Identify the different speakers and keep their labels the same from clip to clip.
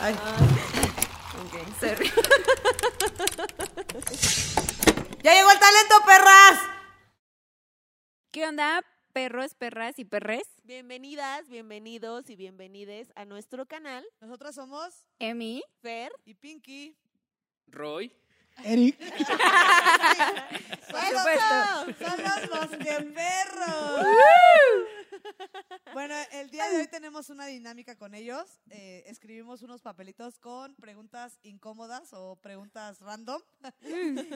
Speaker 1: Ay.
Speaker 2: Ok.
Speaker 1: Se ríe. ¡Ya llegó el talento, perras!
Speaker 3: ¿Qué onda, perros, perras y perres?
Speaker 2: Bienvenidas, bienvenidos y bienvenides a nuestro canal
Speaker 4: Nosotras somos
Speaker 3: Emi.
Speaker 2: Fer.
Speaker 4: y Pinky.
Speaker 5: Roy.
Speaker 4: Por
Speaker 3: supuesto.
Speaker 4: Son los mosqueperros. bueno, el día de hoy tenemos una dinámica con ellos. Eh, escribimos unos papelitos con preguntas incómodas o preguntas random.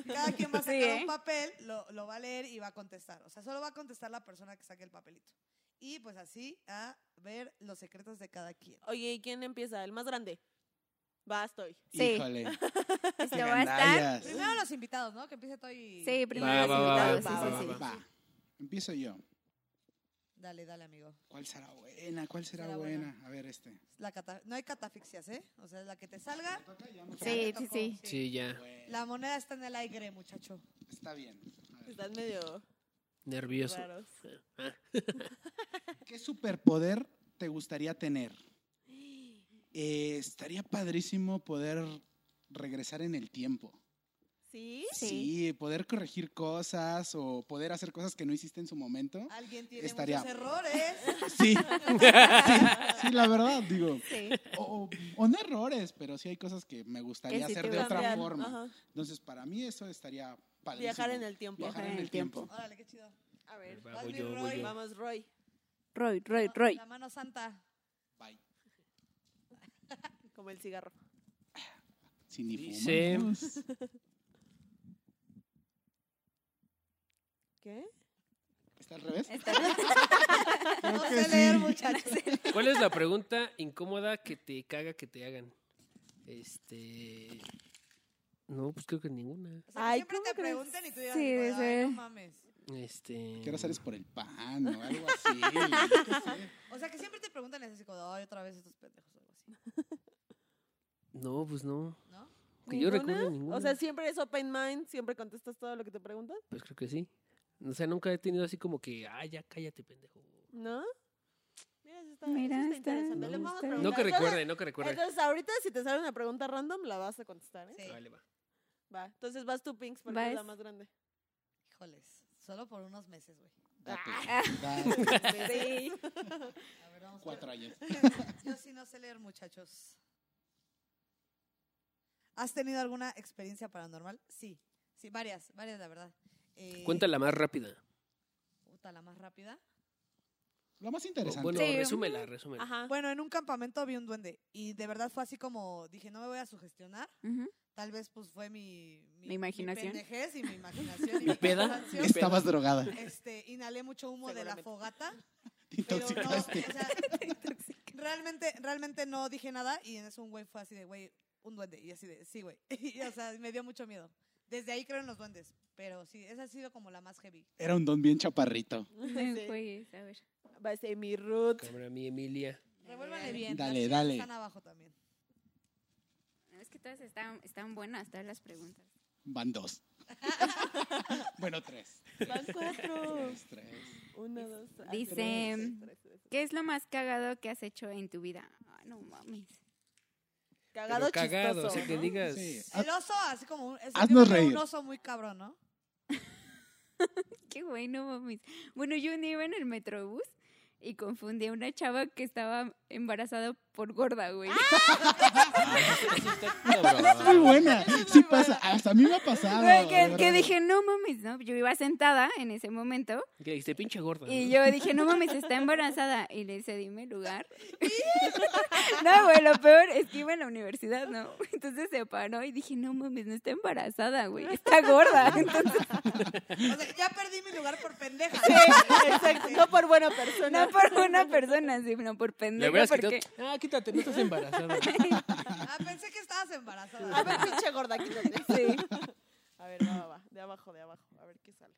Speaker 4: Cada quien va a
Speaker 3: Sí,
Speaker 4: sacar
Speaker 3: ¿eh?
Speaker 4: un papel, lo, lo va a leer y va a contestar. O sea, solo va a contestar la persona que saque el papelito. Y pues así a ver los secretos de cada quien.
Speaker 2: Oye, ¿y quién empieza? El más grande. Va, estoy.
Speaker 3: Sí.
Speaker 5: Híjole.
Speaker 3: Esto
Speaker 5: qué
Speaker 3: va a estar.
Speaker 5: gandallas.
Speaker 4: Primero los invitados, ¿no? Que empiece todo y...
Speaker 3: Sí, primero
Speaker 5: Va,
Speaker 3: los
Speaker 5: va, va,
Speaker 3: invitados.
Speaker 4: va,
Speaker 3: sí,
Speaker 4: va,
Speaker 3: sí,
Speaker 4: va,
Speaker 3: sí.
Speaker 4: va.
Speaker 5: Empiezo yo.
Speaker 4: Dale, dale, amigo.
Speaker 5: ¿Cuál será buena? ¿Cuál será,
Speaker 4: Será
Speaker 5: buena?
Speaker 4: buena.
Speaker 5: A ver, este.
Speaker 4: La cata- no hay catafixias, ¿eh? O sea, la que te salga.
Speaker 3: Sí, sí, sí.
Speaker 6: Sí, ya.
Speaker 5: Bueno,
Speaker 4: La moneda está en el aire, muchacho.
Speaker 5: Está bien. A ver.
Speaker 2: Están medio
Speaker 6: Nervioso.
Speaker 2: raros.
Speaker 5: ¿Qué superpoder te gustaría tener? Eh, estaría padrísimo poder regresar en el tiempo.
Speaker 2: ¿Sí?
Speaker 5: Sí, poder corregir cosas o poder hacer cosas que no hiciste en su momento.
Speaker 3: Ah.
Speaker 4: Alguien tiene
Speaker 5: Estaría-
Speaker 4: muchos errores.
Speaker 5: Sí, sí, sí, la verdad, digo.
Speaker 3: Sí.
Speaker 5: O, o no errores, pero sí hay cosas que me gustaría
Speaker 3: sí
Speaker 5: hacer
Speaker 3: te
Speaker 5: de otra
Speaker 2: Cambiar,
Speaker 5: forma.
Speaker 2: ajá.
Speaker 5: Entonces, para mí eso estaría padrísimo.
Speaker 2: Viajar en el tiempo.
Speaker 5: Viajar en el tiempo.
Speaker 4: Órale, qué chido.
Speaker 2: A ver.
Speaker 6: Va,
Speaker 4: Vas,
Speaker 6: voy
Speaker 4: mi
Speaker 6: yo,
Speaker 4: Roy,
Speaker 6: voy yo.
Speaker 2: Vamos, Roy.
Speaker 3: Roy, Roy,
Speaker 4: No,
Speaker 3: Roy.
Speaker 4: La mano santa.
Speaker 5: Bye.
Speaker 2: Como el cigarro.
Speaker 5: Si ni Pues,
Speaker 6: Dice-
Speaker 5: fumamos.
Speaker 2: ¿Qué?
Speaker 5: ¿Está al revés?
Speaker 4: No sé leer, muchacho.
Speaker 6: ¿Cuál es la pregunta incómoda que te caga que te hagan? Este. No, pues creo que ninguna.
Speaker 4: O sea, que
Speaker 2: Ay,
Speaker 4: siempre
Speaker 2: ¿cómo
Speaker 4: te
Speaker 2: crees?
Speaker 4: preguntan y tú digas,
Speaker 3: Sí,
Speaker 4: "Ay,
Speaker 3: de ser.
Speaker 4: no mames.
Speaker 6: Este.
Speaker 5: ¿Qué hora sales por el pan o algo así? yo qué sé.
Speaker 4: O sea, que siempre te preguntan eso, así como, ay, otra vez estos pendejos o algo así,
Speaker 6: No, pues no.
Speaker 4: ¿no?
Speaker 6: Que
Speaker 2: ¿Ninguna?
Speaker 6: yo recuerdo ninguna.
Speaker 2: O sea, siempre es open mind, siempre contestas todo lo que te preguntan,
Speaker 6: Pues creo que sí. O sea, nunca he tenido así como que, ah, ya cállate, pendejo.
Speaker 2: ¿no? Mira, eso está,
Speaker 3: Mira,
Speaker 2: eso está
Speaker 3: está-
Speaker 2: interesante.
Speaker 6: no,
Speaker 2: Le vamos a
Speaker 3: está-
Speaker 2: preguntar.
Speaker 6: No que
Speaker 2: Entonces-
Speaker 6: recuerde, no que recuerde.
Speaker 2: Entonces, ahorita si te sale una pregunta random, la vas a contestar, ¿eh?
Speaker 4: Sí,
Speaker 6: Vale, va.
Speaker 2: Va. Entonces vas tú, Pinks, porque
Speaker 3: Vas.
Speaker 2: es la más grande.
Speaker 4: híjoles. Solo por unos meses, güey.
Speaker 5: Date,
Speaker 3: Ah.
Speaker 5: date.
Speaker 3: Sí.
Speaker 4: A ver, vamos a ver.
Speaker 5: Cuatro años.
Speaker 4: Yo sí no sé leer, muchachos. ¿Has tenido alguna experiencia paranormal? Sí, sí, varias, varias, la verdad. Eh,
Speaker 6: Cuéntala más rápida.
Speaker 4: puta, la más rápida.
Speaker 5: Lo más
Speaker 6: O-
Speaker 5: interesante.
Speaker 6: Bueno,
Speaker 3: Sí.
Speaker 6: resúmela, resúmela.
Speaker 2: Ajá.
Speaker 4: Bueno, en un campamento vi un duende y de verdad fue así como dije, no me voy a sugestionar.
Speaker 3: Ujú.
Speaker 4: Tal vez pues fue mi,
Speaker 3: Mi imaginación.
Speaker 4: Mi pendejez y mi imaginación. y mi
Speaker 6: peda?
Speaker 4: cansancio.
Speaker 5: Estabas drogada.
Speaker 4: Este, inhalé mucho humo de la
Speaker 2: Seguramente.
Speaker 4: fogata.
Speaker 5: Te
Speaker 4: Pero no, o
Speaker 5: intoxicaste.
Speaker 4: sea, realmente, realmente no dije nada y en eso un güey fue así de, güey, un duende. Y así de, sí, güey. Y, o sea, me dio mucho miedo. Desde ahí creo en los duendes. Pero sí, esa ha sido como la más heavy.
Speaker 5: Era un don bien chaparrito.
Speaker 3: No
Speaker 2: Sí.
Speaker 3: juegues, pues, a ver.
Speaker 2: Va a ser mi root.
Speaker 6: Cámara, mi Emilia.
Speaker 4: Revuélvale bien.
Speaker 5: Dale,
Speaker 4: las chicas
Speaker 5: dale.
Speaker 4: Están abajo también.
Speaker 3: No, es que todas están, están buenas, todas las preguntas.
Speaker 5: Van dos. bueno, tres.
Speaker 2: Van cuatro.
Speaker 5: Tres, tres.
Speaker 2: Una, dos, ah,
Speaker 3: Dice-
Speaker 2: tres, tres, tres.
Speaker 3: ¿Qué es lo más cagado que has hecho en tu vida? Ah, no mames.
Speaker 2: Cagado,
Speaker 6: Pero cagado,
Speaker 2: chistoso.
Speaker 6: o sea, que
Speaker 2: ¿no?
Speaker 6: digas.
Speaker 5: Sí.
Speaker 4: El oso, así como un, es
Speaker 5: Ah.
Speaker 4: yo creo
Speaker 5: Haznos
Speaker 4: que
Speaker 5: reír.
Speaker 4: un oso muy cabrón, ¿no?
Speaker 3: Qué bueno, mames. Bueno, yo un día iba en el metrobús y confundí a una chava que estaba embarazada por gorda, güey.
Speaker 6: Eso está
Speaker 5: Es
Speaker 6: cabrón.
Speaker 5: muy buena. Sí pasa. Hasta a mí me ha pasado.
Speaker 3: Güey,
Speaker 5: de
Speaker 3: que,
Speaker 5: verdad.
Speaker 3: que dije, no mames, ¿no? Yo iba sentada en ese momento
Speaker 6: Que dijiste, pinche gorda.
Speaker 3: y
Speaker 6: ¿no?
Speaker 3: yo dije, no mames, está embarazada. Y le cedí mi lugar. no, güey, lo peor es que iba en la universidad, ¿no? Entonces se paró y dije, no mames, no está embarazada, güey, está gorda. Entonces,
Speaker 4: O sea, ya perdí mi lugar por pendeja.
Speaker 2: Sí, exacto. No por buena persona.
Speaker 3: no por una persona, sino por
Speaker 6: Le
Speaker 3: pendejo.
Speaker 6: hubieras
Speaker 3: porque...
Speaker 6: quitado. Ah, quítate, no estás embarazada.
Speaker 4: Ah, pensé que estabas embarazada.
Speaker 2: A ver, pinche gorda, quítate. A ver, va, va, va. De abajo, de abajo. A ver qué sale.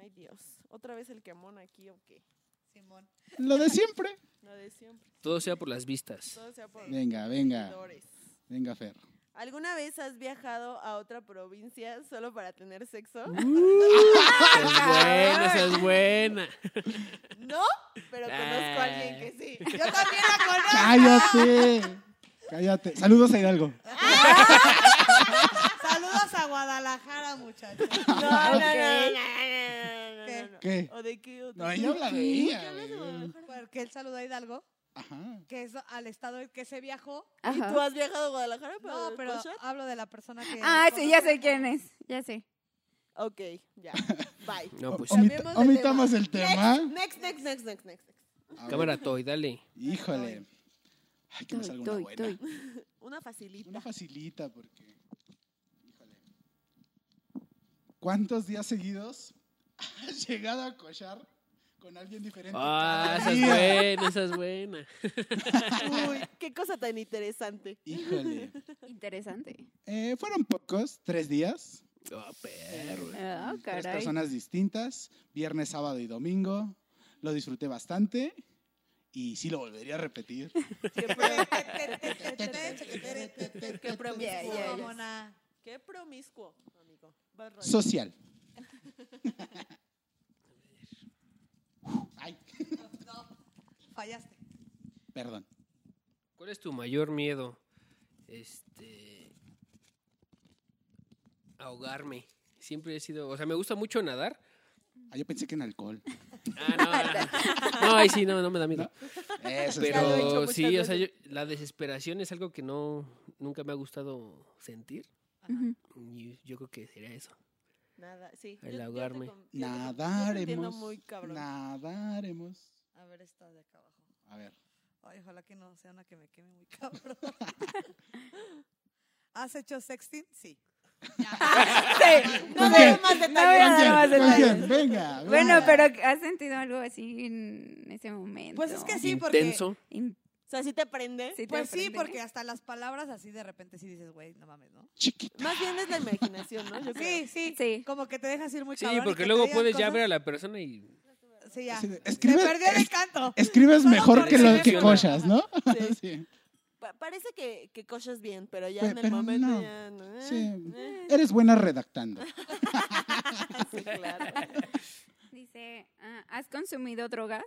Speaker 2: Ay, Dios. ¿Otra vez el quemón aquí o qué?
Speaker 4: Simón.
Speaker 5: Lo de siempre.
Speaker 2: Lo de siempre.
Speaker 6: Todo sea por las vistas.
Speaker 2: Todo sea por
Speaker 5: Venga, venga.
Speaker 2: seguidores.
Speaker 5: Venga, Fer.
Speaker 2: ¿Alguna vez has viajado a otra provincia solo para tener sexo?
Speaker 6: Uh. Esa es buena, esa es buena.
Speaker 2: No, pero conozco a alguien que sí.
Speaker 4: Yo también la conozco.
Speaker 5: ¡Cállate! Cállate. Saludos a Hidalgo.
Speaker 4: Saludos a Guadalajara, muchachos.
Speaker 2: No, no, no, no, no, no, no, no, no.
Speaker 5: ¿Qué?
Speaker 2: ¿O de qué otro?
Speaker 5: No, ella habla de ella. güey.
Speaker 4: Porque él saludó a Hidalgo,
Speaker 5: Ajá.
Speaker 4: que es al estado que se viajó.
Speaker 3: Ajá.
Speaker 2: ¿Tú has viajado a Guadalajara? para
Speaker 4: No,
Speaker 2: el
Speaker 4: pero
Speaker 2: concert?
Speaker 4: hablo de la persona que.
Speaker 3: pues, Ah, sí, ya sé quién es. Ya sé.
Speaker 2: Ok, ya. Bye.
Speaker 6: No, pues.
Speaker 5: Omit-
Speaker 2: Cambiemos de
Speaker 5: Omitamos el tema.
Speaker 2: Next, next, next, next, next. next.
Speaker 5: A ver.
Speaker 6: Cámara Toy, dale.
Speaker 5: Híjole. Ay, que me salga una
Speaker 3: Toy,
Speaker 5: buena.
Speaker 3: toy, toy.
Speaker 2: Una facilita.
Speaker 5: Una facilita porque. Híjole. ¿Cuántos días seguidos has llegado a cochar con alguien diferente?
Speaker 6: Ah,
Speaker 5: cada
Speaker 6: esa es
Speaker 5: día?
Speaker 6: buena, esa es buena.
Speaker 2: Uy, qué cosa tan interesante.
Speaker 5: Híjole.
Speaker 3: Interesante.
Speaker 5: Eh, fueron pocos, tres días.
Speaker 6: Oh, perro.
Speaker 3: Ah,
Speaker 5: Tres
Speaker 3: caray.
Speaker 5: personas distintas. Viernes, sábado y domingo. Lo disfruté bastante. Y sí lo volvería a repetir.
Speaker 4: Qué
Speaker 3: Ya, ya, ya.
Speaker 4: promiscuo, mamona.
Speaker 2: Qué promiscuo, amigo. Vas, Roy.
Speaker 5: Social. Ay,
Speaker 4: Fallaste.
Speaker 5: perdón.
Speaker 6: ¿Cuál es tu mayor miedo? Este. Ahogarme. Siempre he sido. O sea, me gusta mucho nadar.
Speaker 5: Ah, yo pensé que en alcohol.
Speaker 6: Ah, no. No, ahí sí, no, no me da miedo.
Speaker 5: Eso
Speaker 2: lo
Speaker 5: es
Speaker 2: pues, he
Speaker 6: Pero
Speaker 2: hecho
Speaker 6: sí,
Speaker 2: muchas
Speaker 6: o sea, yo- la desesperación es algo que no nunca me ha gustado sentir.
Speaker 3: Ujú.
Speaker 6: Y yo creo que sería eso.
Speaker 2: Nada, sí.
Speaker 6: El
Speaker 2: yo- yo te
Speaker 6: ahogarme.
Speaker 2: con- yo te- yo te entiendo
Speaker 5: Nadaremos.
Speaker 2: muy cabrón.
Speaker 5: Nadaremos.
Speaker 4: A ver, esta de acá abajo.
Speaker 5: A ver.
Speaker 4: Ay, ojalá que no sea una que me queme muy cabrón. ¿Has hecho sexting? Sí. Ah,
Speaker 3: Sí.
Speaker 5: ¿Con
Speaker 3: No
Speaker 5: quién?
Speaker 3: veo más
Speaker 5: ¿Con
Speaker 3: detalles.
Speaker 5: quién?
Speaker 3: No veo más
Speaker 5: ¿Con quién?
Speaker 3: detalles.
Speaker 5: Venga.
Speaker 3: Bueno,
Speaker 5: venga.
Speaker 3: pero ¿has sentido algo así en ese momento?
Speaker 4: Pues es que sí, porque.
Speaker 6: Intenso.
Speaker 3: In-
Speaker 2: O sea, sí te prende.
Speaker 3: sí te
Speaker 4: Pues sí,
Speaker 3: prende,
Speaker 4: porque hasta las palabras así de repente sí dices, güey, no mames, ¿no?
Speaker 5: Chiqui-
Speaker 2: Más bien es la imaginación, ¿no? Yo creo.
Speaker 4: Sí, sí.
Speaker 3: Sí.
Speaker 4: Como que te dejas ir muy
Speaker 6: Sí,
Speaker 4: cabrón. y que
Speaker 6: porque
Speaker 4: te
Speaker 6: luego
Speaker 4: digan
Speaker 6: puedes ya
Speaker 4: cosas-
Speaker 6: ver a la persona y.
Speaker 4: Sí, ya.
Speaker 5: Así de,
Speaker 4: Me
Speaker 5: Escribes,
Speaker 4: perdí el
Speaker 5: es-
Speaker 4: encanto.
Speaker 5: escribes
Speaker 4: Solo
Speaker 5: mejor
Speaker 4: por
Speaker 5: que lo que
Speaker 6: escribirlo.
Speaker 5: cochas, ¿no?
Speaker 2: Sí.
Speaker 5: Sí.
Speaker 2: Pa- parece que, que cochas bien, pero ya
Speaker 5: Pe-
Speaker 2: en el
Speaker 5: pero
Speaker 2: momento
Speaker 5: no.
Speaker 2: ya no. eh,
Speaker 5: Sí.
Speaker 2: eh,
Speaker 5: Eres buena redactando.
Speaker 2: sí, claro.
Speaker 3: Dice, ah, ¿has consumido drogas?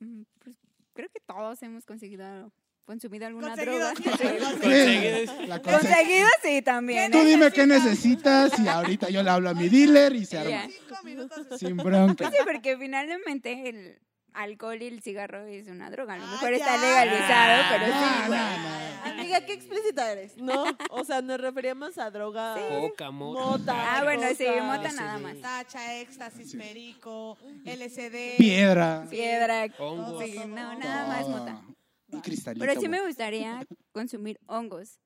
Speaker 3: Mm, Pues creo que todos hemos conseguido consumido alguna droga.
Speaker 4: Conseguido, sí, conseguido.
Speaker 6: Conseguido.
Speaker 5: Sí, la conse-
Speaker 3: Conseguido, sí, también.
Speaker 5: Tú
Speaker 3: ¿eh?
Speaker 5: dime qué necesitas y ahorita yo le hablo a mi dealer y se
Speaker 3: Ya.
Speaker 5: arma.
Speaker 4: Cinco minutos. de-
Speaker 5: Sin bronca.
Speaker 3: Pues Sí, porque finalmente el alcohol y el cigarro es una droga. A lo
Speaker 4: Ah,
Speaker 3: mejor está
Speaker 4: ya.
Speaker 3: legalizado,
Speaker 6: Ah,
Speaker 3: pero
Speaker 5: no,
Speaker 3: sí. güey.
Speaker 5: no, no.
Speaker 2: Amiga, qué explícita eres. No, o sea, nos referíamos a droga.
Speaker 6: Coca, mota.
Speaker 2: Mota.
Speaker 3: Ah, bueno, sí,
Speaker 2: Coca.
Speaker 3: mota
Speaker 6: Sí,
Speaker 3: nada
Speaker 6: sí.
Speaker 3: más.
Speaker 4: Tacha, éxtasis, perico, LSD.
Speaker 5: Piedra.
Speaker 3: Piedra,
Speaker 6: Hongos.
Speaker 3: sí, no, nada más mota.
Speaker 5: Ah, Un cristalito.
Speaker 3: Pero sí me
Speaker 5: güey.
Speaker 3: gustaría consumir hongos.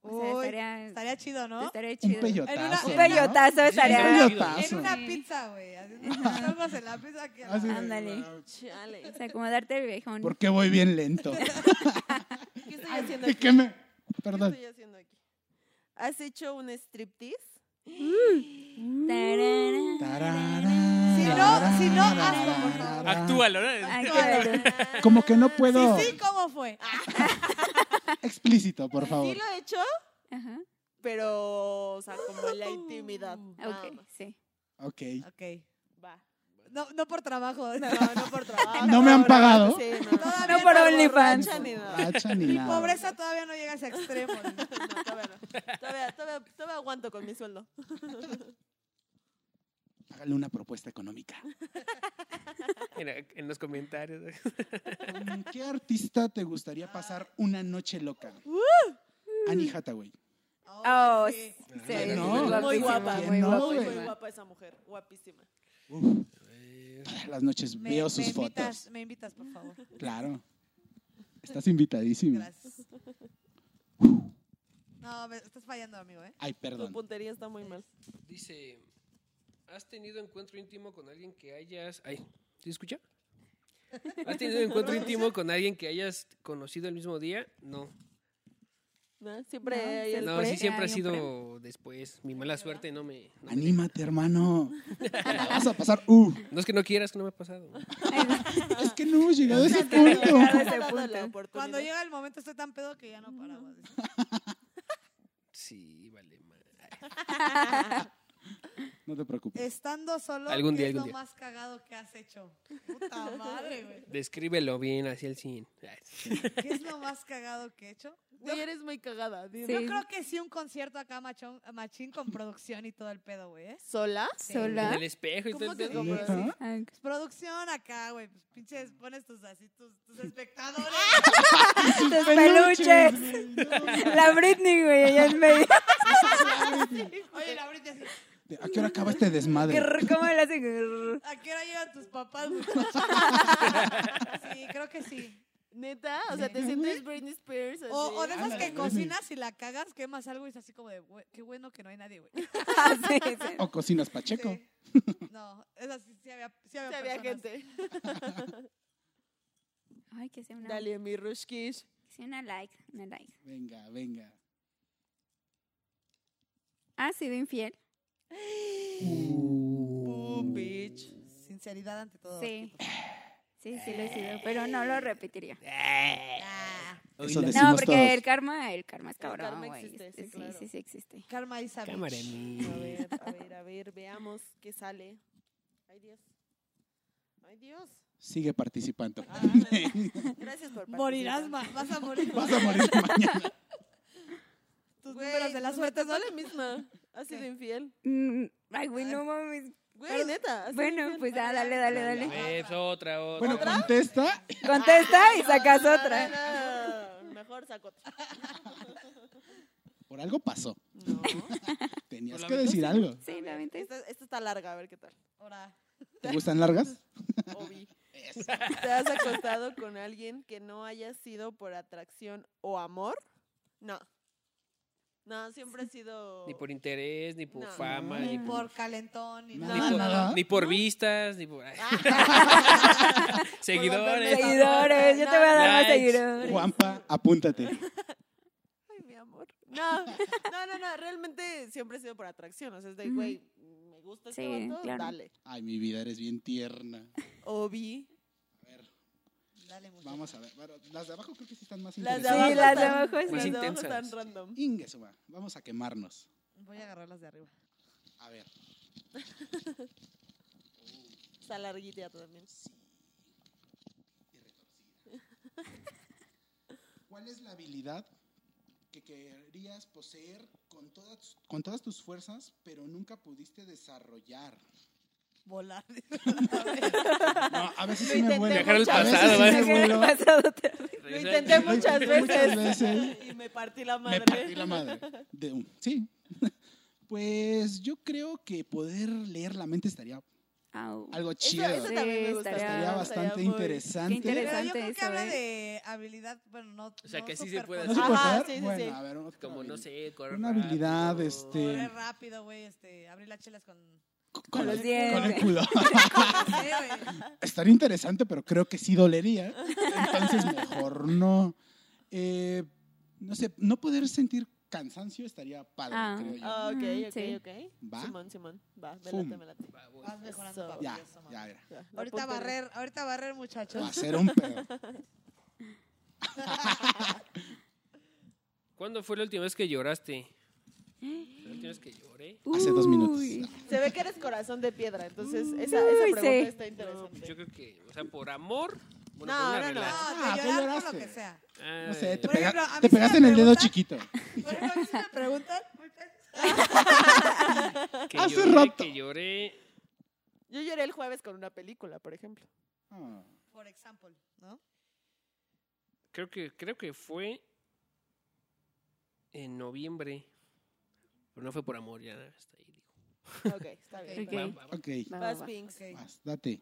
Speaker 3: O sea,
Speaker 4: Uy,
Speaker 3: estaría,
Speaker 4: Estaría chido, ¿no?
Speaker 3: estaría
Speaker 5: Un
Speaker 3: chido.
Speaker 5: peyotazo.
Speaker 4: En una-
Speaker 3: Un
Speaker 5: ¿no?
Speaker 3: peyotazo
Speaker 5: Un
Speaker 3: estaría.
Speaker 6: Sí,
Speaker 4: En
Speaker 5: peyotazo.
Speaker 4: una
Speaker 3: Sí.
Speaker 4: pizza, güey. Haciendo algo en la pizza que
Speaker 5: Así de-
Speaker 3: Ándale.
Speaker 2: Chale.
Speaker 3: O sea, como darte el viejón.
Speaker 5: ¿Por qué voy bien lento?
Speaker 2: ¿Qué estoy haciendo
Speaker 5: ¿Y
Speaker 2: aquí?
Speaker 5: qué me-
Speaker 2: ¿Qué
Speaker 5: Perdón.
Speaker 2: estoy haciendo aquí? ¿Has hecho un striptease? Mm.
Speaker 3: Tarara.
Speaker 5: Tarara,
Speaker 4: Si no- si no,
Speaker 5: tarara,
Speaker 4: hazlo, por favor.
Speaker 5: tarara.
Speaker 6: Actúalo, ¿no?
Speaker 3: Ay, qué bueno.
Speaker 5: Como que no puedo.
Speaker 4: Sí, sí, ¿cómo fue? Ah,
Speaker 5: Explícito, por
Speaker 2: Sí
Speaker 5: favor.
Speaker 2: lo he hecho,
Speaker 3: Ajá.
Speaker 2: pero, o sea, como en la intimidad. nada
Speaker 3: Ok,
Speaker 2: más.
Speaker 3: sí.
Speaker 5: Ok.
Speaker 4: Ok.
Speaker 2: Va.
Speaker 4: No, no por trabajo.
Speaker 2: No, no por trabajo.
Speaker 5: No me han
Speaker 2: no,
Speaker 5: pagado.
Speaker 2: Sí, no.
Speaker 4: Todavía
Speaker 3: No por
Speaker 4: no,
Speaker 3: OnlyFans.
Speaker 2: borracha ni nada.
Speaker 5: Hacha ni
Speaker 4: Mi
Speaker 5: nada.
Speaker 4: pobreza todavía no llega a ese extremo.
Speaker 2: No, todavía no. Todavía, todavía, todavía aguanto con mi sueldo.
Speaker 5: Hágale una propuesta económica.
Speaker 6: Mira, en los comentarios.
Speaker 5: ¿Con qué artista te gustaría pasar una noche loca? Annie Hathaway.
Speaker 3: Oh,
Speaker 4: sí.
Speaker 3: sí.
Speaker 5: Ay,
Speaker 3: es
Speaker 5: no.
Speaker 3: guapísima,
Speaker 2: Muy guapa,
Speaker 5: ¿Quién
Speaker 3: muy
Speaker 5: no,
Speaker 3: guapa,
Speaker 5: güey?
Speaker 3: muy
Speaker 2: Muy, muy
Speaker 3: guapa.
Speaker 2: guapa esa mujer. Guapísima.
Speaker 5: Uf, todas las noches
Speaker 4: Me,
Speaker 5: veo
Speaker 4: me
Speaker 5: sus
Speaker 4: invitas,
Speaker 5: fotos.
Speaker 4: me invitas, por favor.
Speaker 5: Claro. Estás invitadísimo.
Speaker 4: Gracias. No, me estás fallando, amigo, ¿eh?
Speaker 5: Ay,
Speaker 2: Tu
Speaker 5: perdón.
Speaker 2: puntería está muy mal.
Speaker 6: Dice, ¿has tenido encuentro íntimo con alguien que hayas... Ay, ¿se escucha? ¿Has tenido encuentro íntimo con alguien que hayas conocido el mismo día? No.
Speaker 2: ¿No? Siempre
Speaker 3: No,
Speaker 2: hay el
Speaker 6: No,
Speaker 2: pre.
Speaker 6: sí, siempre ha
Speaker 3: Ay, no,
Speaker 6: sido después. Mi mala suerte no me... No, me-
Speaker 5: Anímate, hermano. Te la vas a pasar. Uh,
Speaker 6: No es que no quieras, que no me ha pasado.
Speaker 5: es que no hemos llegado a ese
Speaker 2: Nunca
Speaker 5: punto.
Speaker 2: te han dado la
Speaker 4: Cuando
Speaker 2: oportunidad.
Speaker 4: llega el momento estoy tan pedo que ya no paramos.
Speaker 6: Sí, vale, madre.
Speaker 5: No te preocupes.
Speaker 4: Estando solo,
Speaker 6: Algún
Speaker 4: ¿qué
Speaker 6: día,
Speaker 4: es
Speaker 6: algún
Speaker 4: lo
Speaker 6: día.
Speaker 4: más cagado que has hecho? Puta madre, güey.
Speaker 6: Descríbelo bien hacia el cine.
Speaker 4: ¿Qué es lo más cagado que he hecho?
Speaker 2: Güey, eres muy cagada. dime.
Speaker 4: Yo
Speaker 3: Sí.
Speaker 4: creo que sí un concierto acá machón, machín con producción y todo el pedo, güey. ¿eh?
Speaker 2: ¿Sola?
Speaker 6: En
Speaker 3: ¿Sola?
Speaker 6: el espejo y todo
Speaker 2: ¿Cómo
Speaker 6: el
Speaker 2: te
Speaker 6: pedo.
Speaker 2: compras?
Speaker 5: ¿Neta?
Speaker 3: Ah,
Speaker 4: Pues, producción acá, güey. Pues pinches, pones tus así, tus, tus espectadores.
Speaker 3: ¡Tus peluches! La Britney, güey, ella es medio.
Speaker 4: Oye, la ahorita así,
Speaker 5: De, ¿A qué hora acaba este desmadre?
Speaker 3: Grr, ¿Cómo le hace? Grr.
Speaker 4: ¿a qué hora llegan tus papás? sí, creo que sí.
Speaker 2: ¿Neta? O sea, ¿te sientes Britney Spears?
Speaker 4: O, o de
Speaker 2: así?
Speaker 4: esas que cocinas y la cagas, quemas algo y es así como de, "Güey, qué bueno que no hay nadie, güey.
Speaker 3: Ah, sí, sí.
Speaker 5: ¿O Oh, cocinas Pacheco?
Speaker 4: Sí. No, es así, sí había, sí había,
Speaker 2: Sí, había
Speaker 4: personas.
Speaker 2: gente.
Speaker 3: Ay, que sea una, que
Speaker 2: Dale, mi Rushkish.
Speaker 3: sea una like, una like.
Speaker 5: Venga, venga.
Speaker 3: ¿Has Ah, sido infiel?
Speaker 2: Boom, bitch.
Speaker 4: Sinceridad ante todo.
Speaker 3: Sí. Sí, sí lo he sido, pero no lo repetiría.
Speaker 4: Ah,
Speaker 5: Eso decimos
Speaker 3: No, porque
Speaker 5: todos.
Speaker 3: el karma, el karma es
Speaker 2: El karma
Speaker 3: cabrón, güey.
Speaker 2: existe,
Speaker 3: Este,
Speaker 2: sí,
Speaker 3: Sí,
Speaker 2: claro.
Speaker 3: sí, sí existe.
Speaker 4: Karma y Savage.
Speaker 6: Cámara,
Speaker 2: A ver, a ver, a ver, veamos qué sale. Ay, Dios. Ay, Dios.
Speaker 5: Sigue participando.
Speaker 2: Ah, Gracias por
Speaker 4: Morirás,
Speaker 2: participar.
Speaker 4: ma- vas a morir.
Speaker 5: Vas a morir mañana.
Speaker 4: Tus
Speaker 2: Güey,
Speaker 4: números de la
Speaker 2: me
Speaker 4: suerte
Speaker 2: tocó
Speaker 4: son...
Speaker 2: la misma. Ha sido
Speaker 4: ¿Qué?
Speaker 2: infiel.
Speaker 3: Mm, Ay, güey, no mames.
Speaker 2: Güey, neta. ha sido
Speaker 3: Bueno,
Speaker 2: infiel.
Speaker 3: pues ya, dale, dale, dale.
Speaker 6: Es otra, otra.
Speaker 5: Bueno, contesta.
Speaker 3: Contesta y sacas
Speaker 2: No, no,
Speaker 3: otra.
Speaker 2: no, no, Mejor saco otra.
Speaker 5: Por algo pasó.
Speaker 2: No.
Speaker 6: Por
Speaker 5: Tenías
Speaker 6: la
Speaker 5: que
Speaker 6: mitad,
Speaker 5: decir algo.
Speaker 3: Sí, la mente.
Speaker 2: Esta, esta está larga, a ver qué tal.
Speaker 4: Ahora,
Speaker 5: ¿Te gustan largas?
Speaker 2: Obi. ¿Te has acostado con alguien que no haya sido por atracción o amor? No. No, siempre ha sido.
Speaker 6: Ni por interés, ni por
Speaker 2: No.
Speaker 6: fama,
Speaker 4: ni
Speaker 6: ni por,
Speaker 4: por calentón, ni
Speaker 5: Nada,
Speaker 6: ni
Speaker 4: nada.
Speaker 6: por-
Speaker 5: nada.
Speaker 6: ni por vistas, ni por
Speaker 2: Ah,
Speaker 6: seguidores.
Speaker 3: Seguidores, yo te voy a dar más
Speaker 6: Likes.
Speaker 3: seguidores.
Speaker 5: Juanpa, apúntate.
Speaker 2: Ay, mi amor. No, no, no, no. Realmente siempre ha sido por atracción. O sea, es de,
Speaker 3: Ujú.
Speaker 2: güey, me gusta este
Speaker 3: Sí,
Speaker 2: vato,
Speaker 3: claro.
Speaker 2: dale.
Speaker 5: Ay, mi vida, eres bien tierna.
Speaker 2: Obi.
Speaker 4: Dale, muchacho.
Speaker 5: Vamos a ver. bueno, las de abajo creo que sí están más
Speaker 2: Las de
Speaker 3: Sí,
Speaker 2: abajo,
Speaker 5: interesantes.
Speaker 3: las de
Speaker 2: están-
Speaker 3: abajo
Speaker 2: las de
Speaker 6: están-
Speaker 2: abajo
Speaker 6: intensas.
Speaker 2: están random.
Speaker 5: Ingue su madre, Vamos a quemarnos.
Speaker 4: Voy a agarrar las de arriba.
Speaker 5: A ver.
Speaker 2: Está larguita también.
Speaker 5: ¿Cuál es la habilidad que querías poseer con todas, con todas tus fuerzas, pero nunca pudiste desarrollar?
Speaker 4: Volar.
Speaker 5: No, a veces
Speaker 2: Lo
Speaker 5: sí me
Speaker 2: intenté
Speaker 5: vuelo.
Speaker 6: Viajar al
Speaker 5: A veces
Speaker 6: pasado,
Speaker 5: sí
Speaker 6: ¿vale?
Speaker 5: me vuelo.
Speaker 3: Pasado otra vez.
Speaker 2: Lo intenté
Speaker 5: Lo
Speaker 2: muchas
Speaker 5: intenté
Speaker 2: veces.
Speaker 5: muchas veces.
Speaker 2: Y me partí la
Speaker 5: Me
Speaker 2: madre.
Speaker 5: partí la madre. De un- sí. Pues yo creo que poder leer la mente estaría
Speaker 3: Au.
Speaker 5: algo
Speaker 2: Eso-
Speaker 5: chido.
Speaker 2: eso también me
Speaker 3: Sí,
Speaker 2: gusta.
Speaker 3: estaría-
Speaker 5: Estaría
Speaker 3: estaría
Speaker 5: bastante
Speaker 2: muy-
Speaker 5: interesante.
Speaker 3: Qué interesante.
Speaker 4: Pero yo creo que
Speaker 3: eso,
Speaker 4: habla
Speaker 3: ¿eh?
Speaker 4: de habilidad, bueno, no.
Speaker 6: O sea,
Speaker 4: no
Speaker 6: que sí se puede
Speaker 5: ¿No
Speaker 4: superpoder. Ah,
Speaker 5: se
Speaker 2: hacer. Ajá,
Speaker 5: puede hacer?
Speaker 2: sí, sí,
Speaker 5: bueno,
Speaker 2: sí.
Speaker 5: a ver, otra
Speaker 6: Como no
Speaker 5: habilidad.
Speaker 6: sé, correr
Speaker 5: Una habilidad,
Speaker 6: rápido.
Speaker 5: este,
Speaker 4: Correr rápido, güey, este, abrir las chelas con...
Speaker 5: Con,
Speaker 3: Con los
Speaker 5: el-
Speaker 3: dientes.
Speaker 5: Con el culo.
Speaker 4: Sí, güey.
Speaker 5: Estaría interesante, pero creo que sí dolería. Entonces mejor no. Eh, no sé, no poder sentir cansancio estaría padre,
Speaker 3: Ah.
Speaker 5: creo yo.
Speaker 2: Ah, ok,
Speaker 3: Ujú,
Speaker 2: ok,
Speaker 3: sí.
Speaker 2: ok.
Speaker 5: ¿Va?
Speaker 2: Simón, Simón. Va, me
Speaker 5: Fum.
Speaker 2: late, me late.
Speaker 6: Va, voy.
Speaker 4: Vas mejorando.
Speaker 2: Eso.
Speaker 4: papi,
Speaker 5: ya,
Speaker 4: eso, mami.
Speaker 5: ya era.
Speaker 2: Ya, lo
Speaker 4: Ahorita
Speaker 2: apunto.
Speaker 4: barrer, ahorita barrer,
Speaker 5: Va a
Speaker 4: muchachos.
Speaker 5: ser un pedo.
Speaker 6: ¿Cuándo fue la última vez que lloraste? La última vez que lloré.
Speaker 5: Hace dos minutos.
Speaker 3: Uy.
Speaker 2: Se ve que eres corazón de piedra, entonces esa, esa
Speaker 3: Mm, Uy,
Speaker 2: pregunta
Speaker 3: sí.
Speaker 2: está interesante.
Speaker 6: Yo creo que, o sea, por amor. Bueno,
Speaker 2: No,
Speaker 6: por
Speaker 2: no,
Speaker 6: una
Speaker 2: no.
Speaker 6: relación.
Speaker 4: No,
Speaker 5: Ah,
Speaker 4: de
Speaker 5: ¿qué
Speaker 4: llorar con
Speaker 5: lloraste?
Speaker 4: lo que sea.
Speaker 6: Ah,
Speaker 5: No sé, te,
Speaker 4: Por ejemplo,
Speaker 5: pega-
Speaker 4: a mí
Speaker 5: te
Speaker 4: sí me
Speaker 5: pegaste en el dedo
Speaker 4: preguntan-
Speaker 5: chiquito.
Speaker 4: Por ejemplo, a mí sí me preguntan, muchachos,
Speaker 6: Ah, que
Speaker 5: hace
Speaker 6: lloré,
Speaker 5: rato.
Speaker 6: Que lloré.
Speaker 2: Yo lloré el jueves con una película, por ejemplo.
Speaker 5: Ah,
Speaker 4: por ejemplo, ¿no?
Speaker 6: Creo que, creo que fue en noviembre. Pero no fue por amor, ya hasta ahí. digo.
Speaker 2: Ok, está bien.
Speaker 3: Ok.
Speaker 2: va.
Speaker 6: Va, va, va.
Speaker 5: ok,
Speaker 3: Va, va,
Speaker 2: Vas,
Speaker 3: va.
Speaker 5: Ah.
Speaker 2: Pinks.
Speaker 4: Ok,
Speaker 5: vas, date.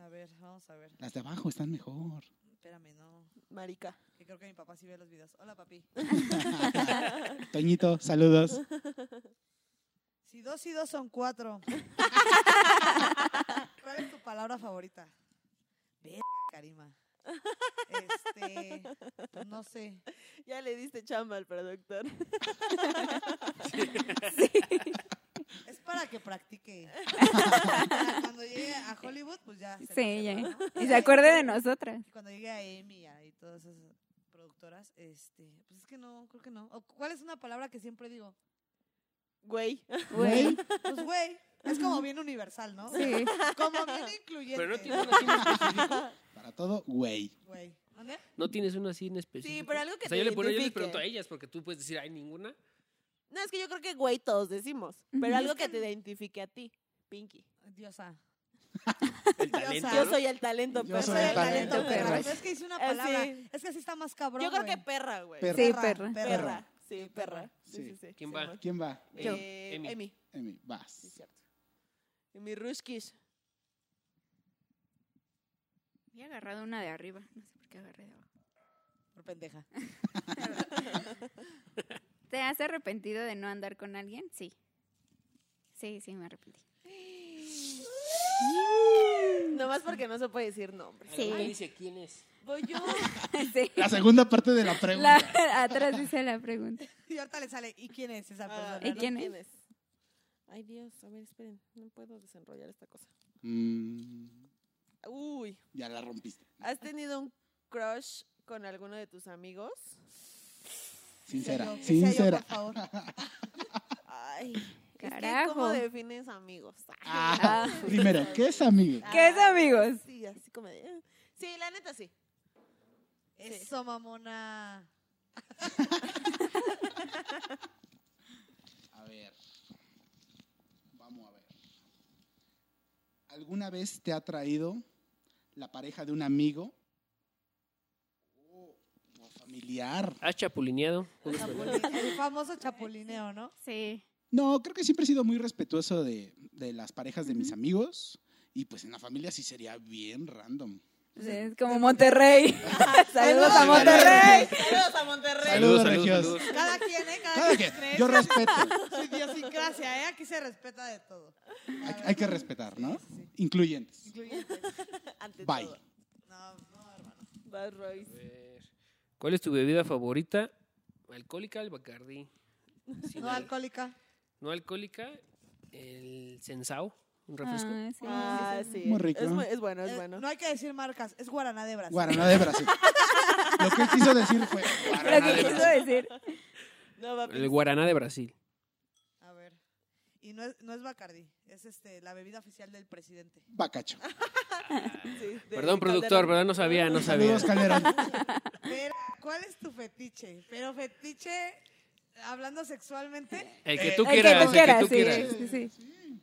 Speaker 4: a ver, vamos a ver.
Speaker 5: Las de abajo están mejor.
Speaker 4: Espérame, no,
Speaker 2: Marica.
Speaker 4: que creo que mi papá sí ve los videos. Hola, papi.
Speaker 5: Toñito, saludos.
Speaker 4: Si dos y dos son cuatro. ¿Cuál es tu palabra favorita? Ver, Karima. Este, pues no sé.
Speaker 2: Ya le diste chamba al productor.
Speaker 4: Es para que practique. Para Cuando llegue a Hollywood, pues ya. se lo
Speaker 3: Sí,
Speaker 4: sepa,
Speaker 3: ya.
Speaker 4: ¿no?
Speaker 3: Y se acuerde de nosotras.
Speaker 4: Y cuando llegue a Amy y a- y todas esas productoras, este, pues es que no, creo que no. O, ¿Cuál es una palabra que siempre digo?
Speaker 2: Güey.
Speaker 5: Güey,
Speaker 4: Pues, güey, es como bien universal, ¿no?
Speaker 3: Sí.
Speaker 4: Como bien incluyente.
Speaker 6: Pero no tienes, una así en específico.
Speaker 5: para todo, güey.
Speaker 4: Güey. ¿Dónde?
Speaker 6: no tienes una así en específico.
Speaker 2: Sí, pero algo que
Speaker 6: O
Speaker 2: te
Speaker 6: sea, yo, le, bueno, yo les
Speaker 2: identifique.
Speaker 6: pregunto a ellas porque tú puedes decir, ay, ninguna.
Speaker 2: No, es que yo creo que güey todos decimos, pero
Speaker 3: Ujú.
Speaker 2: algo que te identifique a ti, Pinky.
Speaker 4: Diosa.
Speaker 6: El talento.
Speaker 2: Yo
Speaker 6: ¿no?
Speaker 2: soy el talento,
Speaker 5: Yo
Speaker 2: perra.
Speaker 5: soy el talento, perra.
Speaker 4: Pero es que hice una
Speaker 2: Eh, sí.
Speaker 4: palabra. Es que así está más cabrón.
Speaker 2: Yo creo que
Speaker 4: güey.
Speaker 2: perra, güey.
Speaker 5: Perra.
Speaker 3: Sí, perra.
Speaker 2: Perra. Sí, perra. Sí,
Speaker 5: Sí.
Speaker 2: sí, sí.
Speaker 6: ¿Quién
Speaker 2: Sí,
Speaker 6: va?
Speaker 2: amor.
Speaker 5: ¿Quién va?
Speaker 6: Yo.
Speaker 2: Eh,
Speaker 6: Emi.
Speaker 2: Emi.
Speaker 5: Emi,
Speaker 2: Sí,
Speaker 5: vas.
Speaker 2: cierto. Emi Rushkish.
Speaker 3: Había agarrado una de arriba. No sé por qué agarré de abajo.
Speaker 4: Por pendeja.
Speaker 3: ¿Te has arrepentido de no andar con alguien? Sí. Sí, sí, me arrepentí.
Speaker 2: Nomás porque no se puede decir nombres.
Speaker 3: Sí.
Speaker 6: Alguna dice quién es.
Speaker 2: Voy yo.
Speaker 3: Sí.
Speaker 5: La segunda parte de la
Speaker 3: La-
Speaker 5: pregunta.
Speaker 3: atrás dice la pregunta.
Speaker 4: Y ahorita le sale, ¿y quién es esa persona?
Speaker 2: Ah,
Speaker 3: ¿Y
Speaker 2: no,
Speaker 4: no?
Speaker 3: quién es?
Speaker 2: Ay, Dios, a ver, esperen. No puedo desenrollar esta cosa.
Speaker 5: Mm,
Speaker 2: Uy.
Speaker 5: ya la rompiste.
Speaker 2: ¿Has tenido un crush con alguno de tus amigos?
Speaker 5: Sincera,
Speaker 4: Que sea yo, que sea yo,
Speaker 5: sincera.
Speaker 4: por favor.
Speaker 2: Ay, Es que, ¿Cómo
Speaker 3: Carajo.
Speaker 2: defines amigos?
Speaker 5: Ah, primero, ¿qué es amigo?
Speaker 3: ¿Qué es amigos?
Speaker 2: Sí, así como de, eh. Sí, la neta sí.
Speaker 4: Eso, mamona.
Speaker 5: A ver. Vamos a ver. ¿Alguna vez te ha traído la pareja de un amigo o o familiar?
Speaker 6: Has chapulineado.
Speaker 4: Chapulín, El famoso chapulineo, ¿no?
Speaker 3: Sí.
Speaker 5: No, creo que siempre he sido muy respetuoso de, de las parejas de mis amigos. Y pues en la familia sí sería bien random.
Speaker 3: Es como Monterrey. Saludos a
Speaker 5: Monterrey.
Speaker 3: Monterrey.
Speaker 2: Saludos a Monterrey.
Speaker 5: Saludos, regios.
Speaker 4: Cada quien, ¿eh? Cada,
Speaker 5: Cada
Speaker 4: quien.
Speaker 5: quien,
Speaker 4: sus creencias,
Speaker 5: yo respeto.
Speaker 4: Su idiosincrasia, ¿eh? Aquí se respeta de todo.
Speaker 5: Hay, hay que respetar, ¿no? Incluyentes.
Speaker 4: Incluyente.
Speaker 2: Ante
Speaker 5: Bye.
Speaker 2: todo.
Speaker 4: No, no, hermano.
Speaker 2: Vas, Royce.
Speaker 6: ¿Cuál es tu bebida favorita? Alcohólica, el Bacardí. Sin
Speaker 4: No
Speaker 6: al-
Speaker 4: alcohólica.
Speaker 6: no alcohólica, el Sensao, un refresco.
Speaker 3: Ah, sí.
Speaker 2: Ah, sí.
Speaker 5: Muy rico.
Speaker 2: Es, bu- es bueno, es
Speaker 4: Eh,
Speaker 2: bueno.
Speaker 4: No hay que decir marcas, es Guaraná de Brasil.
Speaker 5: Guaraná de Brasil. Lo que él quiso decir fue
Speaker 3: Lo
Speaker 5: Guaraná
Speaker 3: que
Speaker 5: de
Speaker 3: quiso
Speaker 5: Brasil.
Speaker 3: decir.
Speaker 2: No, papi.
Speaker 6: El Guaraná de Brasil.
Speaker 4: A ver. Y no es, no es Bacardi, es este, la bebida oficial del presidente.
Speaker 5: Bacacho.
Speaker 2: Sí, de
Speaker 6: Perdón, productor,
Speaker 2: Calderón.
Speaker 6: ¿verdad? No sabía, no sabía.
Speaker 5: Saludos, Calderón.
Speaker 4: Pero, ¿cuál es tu fetiche? Pero fetiche, hablando sexualmente,
Speaker 6: El que tú
Speaker 3: El que
Speaker 6: quieras,
Speaker 3: tú quieras,
Speaker 6: el que tú quieras.
Speaker 3: sí, sí, sí.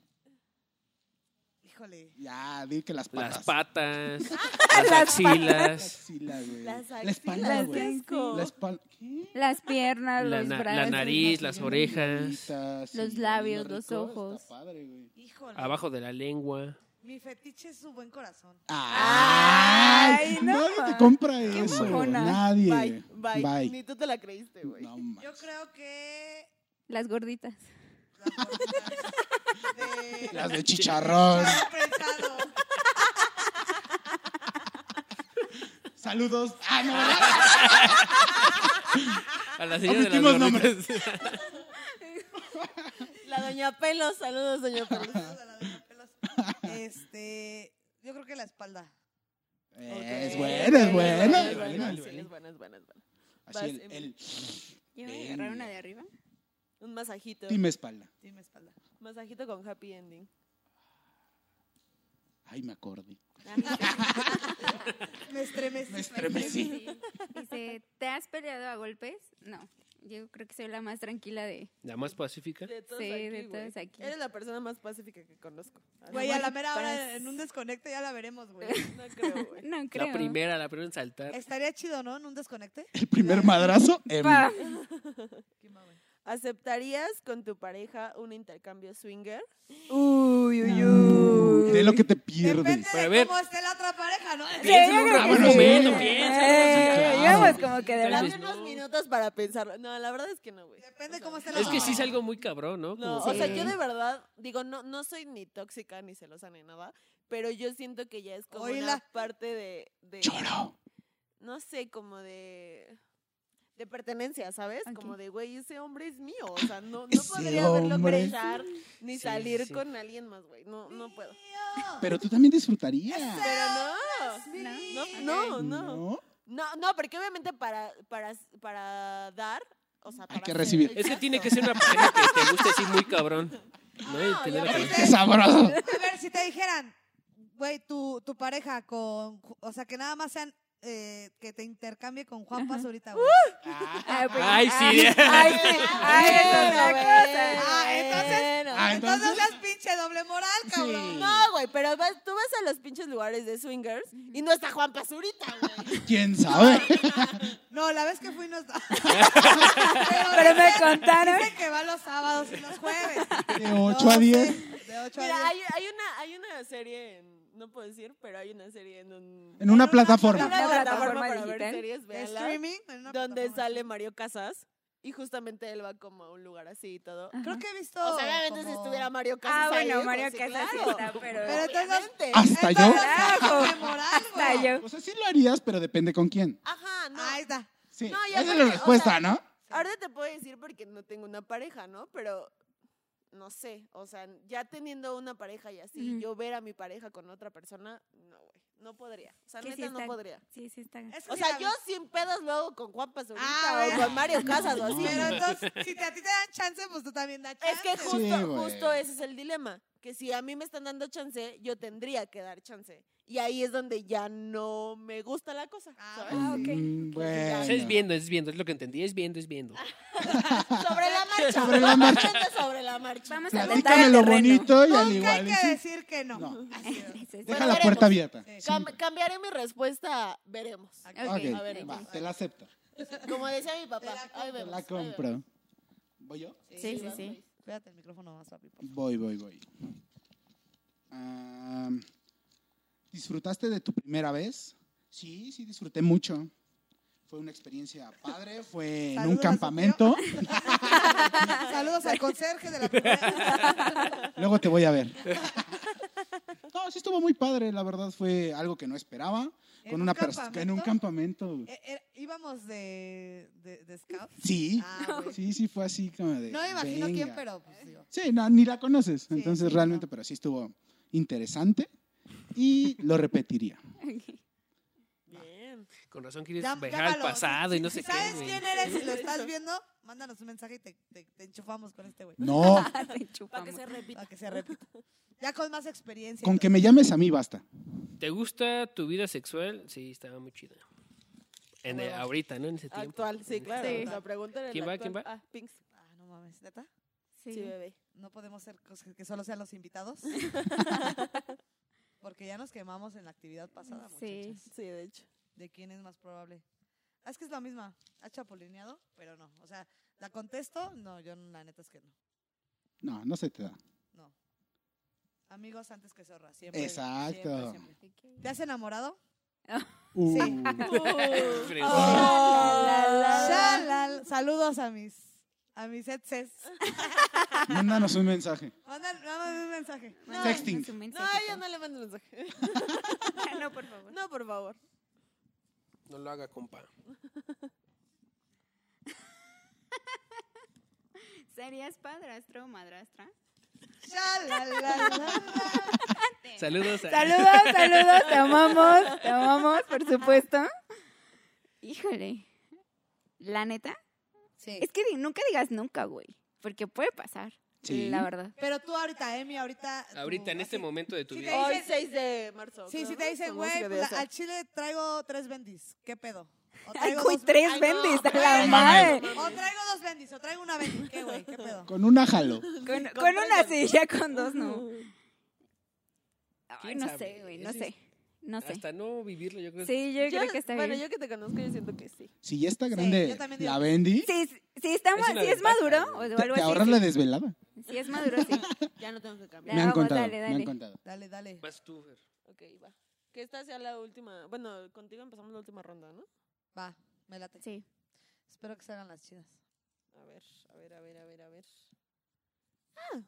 Speaker 4: híjole.
Speaker 5: Ya, di que las patas.
Speaker 6: Las patas, las axilas,
Speaker 5: axila, güey.
Speaker 2: Las
Speaker 5: La
Speaker 2: axilas,
Speaker 5: espalda,
Speaker 3: qué
Speaker 5: güey.
Speaker 2: asco.
Speaker 5: La espalda. ¿Qué?
Speaker 3: Las piernas,
Speaker 6: la,
Speaker 3: los
Speaker 6: na- la
Speaker 3: brazos.
Speaker 6: nariz, las orejas,
Speaker 5: Manitas,
Speaker 3: los
Speaker 5: sí,
Speaker 3: labios,
Speaker 5: lo
Speaker 3: los
Speaker 5: rico,
Speaker 3: ojos.
Speaker 5: está padre, güey.
Speaker 4: Híjole.
Speaker 6: abajo de la lengua.
Speaker 4: Mi fetiche es su buen corazón.
Speaker 5: ¡Ay!
Speaker 3: Ay, no.
Speaker 5: Nadie te compra eso.
Speaker 3: mamona.
Speaker 5: Nadie.
Speaker 2: Bye, bye, Ni tú te la creíste, güey.
Speaker 5: No, ma-
Speaker 4: Yo creo que.
Speaker 3: Las gorditas.
Speaker 4: las gorditas de-
Speaker 5: Las de chicharrón.
Speaker 4: Chicharrón prensado.
Speaker 5: Saludos. Ah, no, ¿verdad?
Speaker 6: A la señora de
Speaker 5: Omitimos
Speaker 6: las gorditas.
Speaker 2: La doña Pelos, saludos, doña Pelos.
Speaker 4: Saludos a la doña Pelos. Este. Yo creo que la espalda.
Speaker 5: Eh, Es
Speaker 2: Ok.
Speaker 5: bueno,
Speaker 2: Sí,
Speaker 5: es bueno. es bueno.
Speaker 2: sí, es bueno, es bueno, es bueno.
Speaker 5: Así el,
Speaker 2: Vas,
Speaker 5: el
Speaker 3: Yo voy a agarrar una de arriba.
Speaker 2: Un masajito.
Speaker 5: dime espalda.
Speaker 4: Dime espalda.
Speaker 2: Masajito con happy ending.
Speaker 5: Ay, me acordé.
Speaker 4: Me estremecí.
Speaker 5: Me estremecí.
Speaker 3: Dice, ¿te has peleado a golpes? No. Yo creo que soy la más tranquila de...
Speaker 6: La más pacífica.
Speaker 2: De todos
Speaker 3: Sí,
Speaker 2: aquí,
Speaker 3: de
Speaker 2: güey.
Speaker 3: todos aquí.
Speaker 2: Eres la persona más pacífica que conozco. Así
Speaker 4: Güey, a la
Speaker 2: que
Speaker 4: mera hora
Speaker 2: paz.
Speaker 4: en un desconecte ya la veremos, güey.
Speaker 2: No creo, güey.
Speaker 3: No, creo.
Speaker 6: La primera, la primera en saltar.
Speaker 4: Estaría chido, ¿no? En un desconecte.
Speaker 5: El primer madrazo. em,
Speaker 6: Ah,
Speaker 3: Pa.
Speaker 2: ¿Aceptarías con tu pareja un intercambio swinger?
Speaker 3: Uy, uy, uy.
Speaker 5: de lo que te
Speaker 4: Depende
Speaker 5: pierdes.
Speaker 6: Pero a
Speaker 4: de
Speaker 6: ver.
Speaker 4: cómo esté la otra pareja, ¿no?
Speaker 6: Piénsalo
Speaker 3: yo
Speaker 6: un
Speaker 3: creo
Speaker 6: rato,
Speaker 3: que
Speaker 6: bueno,
Speaker 3: sí.
Speaker 6: menos, piénsalo,
Speaker 3: Eh,
Speaker 5: sí, claro.
Speaker 3: Íbamos como que de
Speaker 6: Tal
Speaker 3: la...
Speaker 2: Dame
Speaker 6: vez
Speaker 2: unos
Speaker 6: no.
Speaker 2: minutos para pensarlo. No, la verdad es que no, güey.
Speaker 4: Depende cómo esté la
Speaker 6: Es
Speaker 4: otra
Speaker 6: que sí es
Speaker 4: pareja.
Speaker 6: algo muy cabrón, ¿no?
Speaker 2: No,
Speaker 6: Como
Speaker 2: o sea,
Speaker 6: que-
Speaker 2: yo de verdad, digo, no, no soy ni tóxica, ni celosa, ni nada, pero yo siento que ya es como
Speaker 4: Oíla.
Speaker 2: una parte de, de-
Speaker 5: Choro.
Speaker 2: no sé, como de, de pertenencia, ¿sabes?
Speaker 3: Ok.
Speaker 2: Como de, güey, ese hombre es mío, o sea, no, no
Speaker 5: Ese
Speaker 2: podría verlo
Speaker 5: hombre.
Speaker 2: crecer, ni
Speaker 6: Sí,
Speaker 2: salir
Speaker 6: sí.
Speaker 2: con alguien más, güey, no, no puedo.
Speaker 5: Pero tú también disfrutarías.
Speaker 2: Pero no,
Speaker 3: No,
Speaker 2: no, no, no,
Speaker 5: ¿No?
Speaker 2: no, no, porque obviamente para, para, para dar, O sea,
Speaker 5: Hay
Speaker 2: para
Speaker 5: que
Speaker 2: ser
Speaker 5: recibir.
Speaker 2: el
Speaker 6: Es que
Speaker 2: santo.
Speaker 6: tiene que ser una pareja que te guste así muy cabrón. ¿no? Y tener la
Speaker 4: ya
Speaker 6: pareja.
Speaker 5: ¡Qué sabroso!
Speaker 4: A ver, si te dijeran, güey, tu, tu pareja con. Ju- O sea, que nada más sean. eh, que te intercambie con Juan Paz ahorita, güey.
Speaker 2: Uh.
Speaker 3: Ah, pues,
Speaker 6: Ay, sí.
Speaker 3: Ay, sí. Ay,
Speaker 2: Bueno,
Speaker 3: es otra cosa.
Speaker 2: bueno.
Speaker 4: Ah, entonces-
Speaker 2: Bueno.
Speaker 5: Ah,
Speaker 4: Entonces no
Speaker 5: entonces.
Speaker 4: seas pinche doble moral, cabrón.
Speaker 5: Sí.
Speaker 2: No, güey, pero vas- tú vas a los pinches lugares de swingers y no está Juan Pazurita, güey.
Speaker 5: ¿Quién sabe?
Speaker 4: No, la vez que fui no estaba.
Speaker 3: Pero me contaron.
Speaker 4: Dice que va los sábados y los jueves.
Speaker 5: De 8 a
Speaker 4: No sé,
Speaker 5: 10.
Speaker 4: De 8 a 10.
Speaker 2: Mira, hay, hay una, hay una serie, en- no puedo decir, pero hay una serie en un...
Speaker 5: En una
Speaker 4: Una
Speaker 5: plataforma.
Speaker 2: una
Speaker 3: plataforma
Speaker 2: plataforma para ver
Speaker 3: digital.
Speaker 2: series,
Speaker 4: De
Speaker 2: véanla,
Speaker 4: streaming. en una
Speaker 2: donde
Speaker 4: plataforma.
Speaker 2: sale Mario Casas y justamente él va como a un lugar así y todo.
Speaker 4: Creo que he visto.
Speaker 2: O sea, obviamente si
Speaker 4: como-
Speaker 2: estuviera Mario Casas
Speaker 3: Ah, bueno,
Speaker 2: ahí,
Speaker 3: Mario
Speaker 2: pues sí,
Speaker 3: Casas sí
Speaker 2: claro.
Speaker 3: está,
Speaker 4: Pero
Speaker 3: pero.
Speaker 4: entonces.
Speaker 5: Hasta yo.
Speaker 4: entonces seas doble moral, güey.
Speaker 3: Hasta yo.
Speaker 5: O sea, sí lo harías, pero depende con quién.
Speaker 2: Ajá, no.
Speaker 4: Ahí está.
Speaker 5: Sí.
Speaker 2: No, y
Speaker 5: Esa es
Speaker 2: aparte,
Speaker 5: la
Speaker 2: o
Speaker 5: respuesta,
Speaker 2: sea,
Speaker 5: ¿no?
Speaker 2: Ahora te puedo decir porque no tengo una pareja, ¿no? Pero no sé, o sea, ya teniendo una pareja y así,
Speaker 3: Ujú.
Speaker 2: yo ver a mi pareja con otra persona, no, güey, no podría. O sea,
Speaker 3: Que sí
Speaker 2: neta, no
Speaker 3: está-
Speaker 2: podría.
Speaker 3: Sí, sí está.
Speaker 4: Es que
Speaker 2: O
Speaker 4: sí
Speaker 2: sea,
Speaker 4: la
Speaker 2: yo
Speaker 4: ves.
Speaker 2: sin pedos lo hago con Juan Pazurita
Speaker 4: Ah,
Speaker 2: o
Speaker 4: bueno.
Speaker 2: con Mario Casas o así.
Speaker 4: Pero entonces, si te- a ti te dan chance, pues tú también das chance.
Speaker 2: Es que
Speaker 4: güey.
Speaker 2: justo,
Speaker 5: Sí, güey.
Speaker 2: justo ese es el dilema. Que si a mí me están dando chance, yo tendría que dar chance. Y ahí es donde ya no me gusta la cosa.
Speaker 4: Ah, Pues
Speaker 2: ¿sabes?
Speaker 3: Ah, ok.
Speaker 5: Mm,
Speaker 2: ya.
Speaker 6: O sea, es
Speaker 5: Bueno.
Speaker 6: viendo, es viendo, es lo que entendí, es viendo, es viendo.
Speaker 2: Sobre la marcha.
Speaker 5: Sobre la marcha.
Speaker 2: Aprendes sobre la marcha.
Speaker 3: Vamos a aventar
Speaker 5: Platícame
Speaker 3: el
Speaker 5: lo
Speaker 3: terreno.
Speaker 5: bonito y al
Speaker 4: Nunca
Speaker 5: igual. y
Speaker 4: hay que
Speaker 5: sí.
Speaker 4: decir que no.
Speaker 5: No.
Speaker 4: Así es.
Speaker 3: Eso es-
Speaker 5: Deja
Speaker 2: Bueno,
Speaker 5: la puerta abierta.
Speaker 4: Sí.
Speaker 2: Cam-
Speaker 5: Siempre.
Speaker 2: cambiaré mi respuesta, veremos.
Speaker 3: Ok,
Speaker 5: Ok,
Speaker 2: a ver,
Speaker 5: va,
Speaker 2: vamos.
Speaker 5: te la acepto.
Speaker 2: Como decía mi papá,
Speaker 4: la
Speaker 2: ahí
Speaker 5: Te
Speaker 2: vemos.
Speaker 5: la
Speaker 2: ahí
Speaker 5: compro. ¿Voy yo?
Speaker 3: Sí, sí, sí.
Speaker 4: Espérate el micrófono más, papi. por favor.
Speaker 5: Voy, voy, voy. Am, ¿Disfrutaste de tu primera vez? Sí, sí, disfruté mucho. Fue una experiencia padre, fue en
Speaker 4: Saludos
Speaker 5: un
Speaker 4: a su
Speaker 5: campamento.
Speaker 4: Saludos al conserje de la primera.
Speaker 5: Luego te voy a ver. No, sí estuvo muy padre, la verdad fue algo que no esperaba.
Speaker 4: ¿En
Speaker 5: Con
Speaker 4: un
Speaker 5: una pers-
Speaker 4: campamento?
Speaker 5: en un campamento.
Speaker 4: Eh, eh, íbamos de, de, de scouts.
Speaker 5: Sí,
Speaker 4: Ah, güey.
Speaker 5: sí, sí fue así como de.
Speaker 4: No me imagino quién,
Speaker 5: venga.
Speaker 4: pero pues digo.
Speaker 5: Sí, no, ni la conoces. Entonces
Speaker 4: sí,
Speaker 5: realmente,
Speaker 4: no.
Speaker 5: pero sí estuvo interesante y lo repetiría.
Speaker 2: vemos. Bien.
Speaker 6: Con razón quieres
Speaker 4: Llam-
Speaker 6: viajar al
Speaker 4: llámalo.
Speaker 6: pasado y no
Speaker 4: Si
Speaker 6: sé qué.
Speaker 4: sabes
Speaker 6: güey.
Speaker 4: quién eres y lo estás viendo, mándanos un mensaje y te, te- te enchufamos con este güey.
Speaker 5: No,
Speaker 3: Ah, Te
Speaker 2: Para que
Speaker 3: chupamos.
Speaker 2: se repita.
Speaker 4: Para que se repita. Ya con más experiencia. y
Speaker 5: con que
Speaker 4: todo.
Speaker 5: me llames a mí basta.
Speaker 6: ¿Te gusta tu vida sexual? Sí, estaba muy chida. En, eh,
Speaker 4: Huevos.
Speaker 6: ahorita, ¿no? En ese tiempo.
Speaker 2: Actual, sí, claro.
Speaker 3: Sí.
Speaker 2: La pregunta era
Speaker 6: ¿Quién
Speaker 2: la
Speaker 6: va, quién
Speaker 2: actual.
Speaker 6: va?
Speaker 2: Ah, Pinks.
Speaker 4: Ah, no mames, neta.
Speaker 2: Sí,
Speaker 3: Sí.
Speaker 2: bebé.
Speaker 4: No podemos ser cos- que solo sean los invitados. Porque ya nos quemamos en la actividad pasada,
Speaker 3: Sí.
Speaker 4: muchachas.
Speaker 2: Sí, de hecho.
Speaker 4: ¿De quién es más probable? Ah, Es que es la misma. Ha chapulineado, pero no. O sea, ¿la contesto? No, yo no, la neta es que no.
Speaker 5: No, no se te da.
Speaker 4: No. Amigos antes que zorra, siempre.
Speaker 5: Exacto.
Speaker 4: siempre, siempre. ¿Te has enamorado?
Speaker 5: Uh.
Speaker 4: Sí.
Speaker 6: Fresco.
Speaker 2: Oh,
Speaker 4: Shalal. Saludos a mis a mis exes.
Speaker 5: Mándanos un mensaje.
Speaker 4: Mandan- Mándame un mensaje.
Speaker 3: Mándanos
Speaker 5: Sexting.
Speaker 3: un
Speaker 2: No,
Speaker 3: mensaje,
Speaker 2: yo no le mando mensaje.
Speaker 3: por favor. No, por favor.
Speaker 2: No, por favor.
Speaker 6: No lo haga, compa.
Speaker 3: ¿Serías padrastro o madrastra?
Speaker 4: Shalalala.
Speaker 6: Saludos. a-
Speaker 3: Saludos, saludos, te amamos, te amamos, por supuesto. Híjole, la neta,
Speaker 4: Sí.
Speaker 3: es que di- nunca digas nunca, güey, porque puede pasar,
Speaker 5: Sí.
Speaker 3: la verdad.
Speaker 4: Pero tú ahorita, Emi, ahorita. tú,
Speaker 6: Ahorita, en este
Speaker 4: así.
Speaker 6: momento de tu
Speaker 4: Sí,
Speaker 6: vida.
Speaker 4: te
Speaker 2: Hoy,
Speaker 4: dicen-
Speaker 2: 6 de marzo.
Speaker 4: Sí,
Speaker 2: creo,
Speaker 4: sí
Speaker 2: ¿no?
Speaker 4: te dicen,
Speaker 2: Con
Speaker 4: güey,
Speaker 2: música de
Speaker 4: pues,
Speaker 2: esa.
Speaker 4: al chile traigo tres bendis. ¿Qué pedo? O
Speaker 3: Ay,
Speaker 4: traigo
Speaker 3: güey,
Speaker 4: dos-
Speaker 3: tres
Speaker 2: Ay, no,
Speaker 3: bendis, a la
Speaker 2: güey,
Speaker 3: madre.
Speaker 2: no
Speaker 4: O traigo dos bendis, o traigo una bendis. ¿Qué, güey? ¿Qué pedo?
Speaker 5: Con una jalo.
Speaker 3: Con,
Speaker 2: con
Speaker 3: con
Speaker 2: tres
Speaker 3: una
Speaker 2: no.
Speaker 3: sí, ya con dos no. Ay,
Speaker 6: ¿Quién
Speaker 3: no
Speaker 6: sabe?
Speaker 3: sé, güey, no
Speaker 6: Ese es-
Speaker 3: sé, no sé.
Speaker 6: Hasta no vivirlo, yo creo.
Speaker 3: Sí, yo,
Speaker 2: Yo-
Speaker 3: creo que está
Speaker 2: bueno,
Speaker 3: bien.
Speaker 2: yo que te conozco, yo siento que sí.
Speaker 5: Si ya está
Speaker 4: yo
Speaker 5: grande,
Speaker 4: también digo-
Speaker 5: la vendí.
Speaker 3: Si, si, está,
Speaker 6: Es
Speaker 3: ma-
Speaker 6: una
Speaker 3: si es
Speaker 6: ventaja,
Speaker 3: maduro, o
Speaker 6: güey.
Speaker 5: Te,
Speaker 3: algo
Speaker 5: te ahorras
Speaker 3: así,
Speaker 5: la
Speaker 3: sí.
Speaker 5: desvelada.
Speaker 3: si es maduro, sí.
Speaker 2: Ya no tengo que
Speaker 3: La
Speaker 2: cambiar.
Speaker 5: Me han
Speaker 3: hago,
Speaker 5: contado.
Speaker 3: dale,
Speaker 5: Me
Speaker 3: dale.
Speaker 5: han contado.
Speaker 4: Dale, dale.
Speaker 6: Vas tú, Fer.
Speaker 2: Ok, va. Que esta sea la última. Bueno, contigo empezamos la última ronda, ¿no?
Speaker 4: Va, me late.
Speaker 3: Sí.
Speaker 4: Espero que salgan las chidas.
Speaker 2: A ver, a ver, a ver, a ver, a ver. Ah,